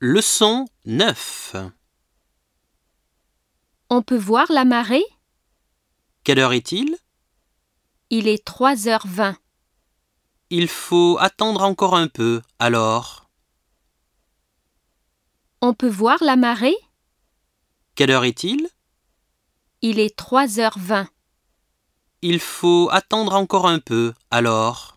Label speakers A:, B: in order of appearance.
A: Leçon 9.
B: On peut voir la marée
A: Quelle heure est-il
B: Il est 3h20.
A: Il faut attendre encore un peu, alors.
B: On peut voir la marée
A: Quelle heure est-il
B: Il est 3h20.
A: Il faut attendre encore un peu, alors.